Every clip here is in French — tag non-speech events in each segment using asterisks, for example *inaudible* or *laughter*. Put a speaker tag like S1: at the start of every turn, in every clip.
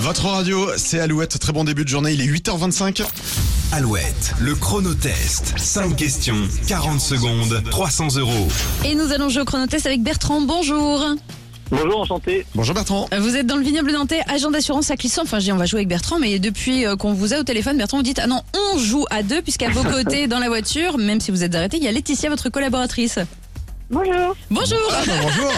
S1: Votre radio, c'est Alouette. Très bon début de journée. Il est 8h25.
S2: Alouette, le chronotest. 5 questions, 40 secondes, 300 euros.
S3: Et nous allons jouer au chronotest avec Bertrand. Bonjour.
S4: Bonjour, enchanté.
S1: Bonjour Bertrand.
S3: Vous êtes dans le vignoble nantais, agent d'assurance à Clisson. Enfin, je dis, on va jouer avec Bertrand, mais depuis euh, qu'on vous a au téléphone, Bertrand, vous dites, ah non, on joue à deux, puisqu'à vos côtés, dans la voiture, même si vous êtes arrêté, il y a Laetitia, votre collaboratrice.
S5: Bonjour.
S3: Bonjour.
S1: Ah bah bonjour.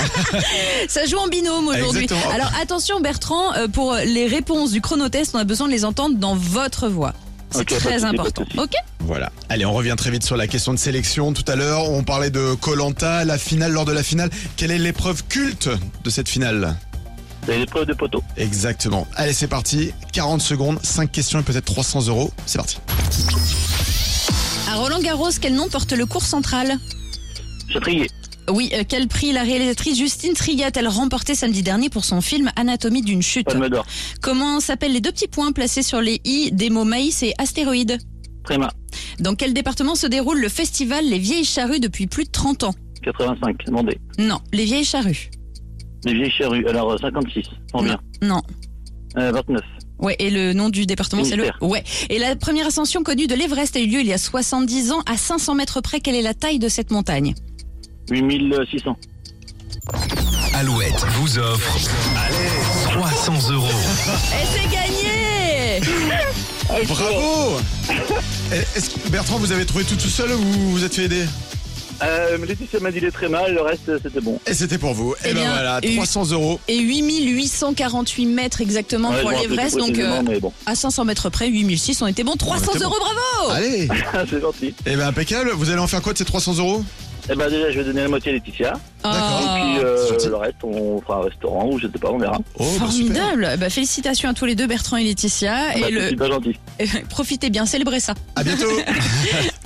S3: Ça joue en binôme aujourd'hui.
S1: Exactement.
S3: Alors attention, Bertrand, euh, pour les réponses du chronotest, on a besoin de les entendre dans votre voix. C'est
S4: Ok, pas de
S3: très
S4: souci, pas de
S3: important.
S4: souci.
S3: Ok
S1: *laughs* Voilà. Allez, on revient très vite sur la question de sélection. Tout à l'heure, on parlait de Colanta, la finale lors de la finale. Quelle est l'épreuve culte de cette finale
S4: C'est l'épreuve de poteau.
S1: Exactement. Allez, c'est parti. 40 secondes, 5 questions et peut-être 300 euros. C'est parti.
S3: À Roland Garros, quel nom porte le cours central
S4: Châtrier.
S3: Oui, euh, quel prix la réalisatrice Justine Triet a-t-elle remporté samedi dernier pour son film Anatomie d'une chute
S4: Palme d'or.
S3: Comment s'appellent les deux petits points placés sur les i des mots maïs et astéroïde
S4: Tréma.
S3: Dans quel département se déroule le festival Les Vieilles Charrues depuis plus de 30 ans
S4: 85. Mandé.
S3: Non, Les Vieilles Charrues.
S4: Les vieilles charrues. Alors, euh, 56. Combien
S3: Non.
S4: euh, 29.
S3: Ouais, et le nom du département, c'est le.
S4: Finistère.
S3: Ouais. Et la première ascension connue de l'Everest a eu lieu il y a 70 ans à 500 mètres près. Quelle est la taille de cette montagne
S4: 8600.
S2: Alouette vous offre, allez, 300 euros.
S3: Et Eh, c'est gagné
S1: Bravo *laughs* Eh, Est-ce que Bertrand, vous avez trouvé tout tout seul ou vous vous êtes fait aider
S4: Euh, Laetitia m'a dit les trémas, le reste, euh, c'était bon.
S1: Et c'était pour vous. Et
S3: Eh
S1: ben
S3: bien,
S1: voilà,
S3: eu-
S1: 300 euros.
S3: Et 8848 mètres exactement
S4: Ouais,
S3: pour
S4: je me rappelais
S3: l'Everest.
S4: plus
S3: Donc
S4: précisément,
S3: euh,
S4: mais bon, *laughs*
S3: à 500 mètres près, 8006, on était bon. 300
S1: était bon.
S3: euros, bravo
S1: Allez
S4: c'est gentil.
S1: Eh ben impeccable. Vous allez en faire quoi de ces 300 euros
S4: Eh ben, déjà, je vais donner la moitié à Laetitia.
S1: D'accord.
S3: Oh.
S4: Et puis, euh,
S1: gentil.
S4: le reste, on fera un restaurant ou je sais pas, on verra.
S1: Oh, bah, super.
S3: Formidable. Bah, félicitations à tous les deux, Bertrand et Laetitia.
S4: Bah,
S3: Et
S4: C'est
S3: le...
S4: super gentil.
S3: *laughs* profitez bien, célébrez ça.
S1: À bientôt.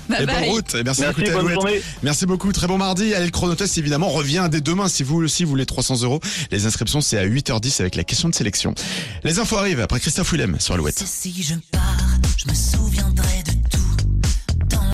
S3: Bye
S1: et ben, bonne
S3: bye.
S1: route. Et merci,
S4: Merci,
S1: d'écouter
S4: bonne
S1: Alouette.
S4: journée.
S1: Merci beaucoup. Très bon mardi. Allez, le chronotest, évidemment, revient dès demain si vous aussi vous voulez 300 euros. Les inscriptions, c'est à 8h10 avec la question de sélection. Les infos arrivent après Christophe Willem sur Alouette.
S6: Si je pars, je me sens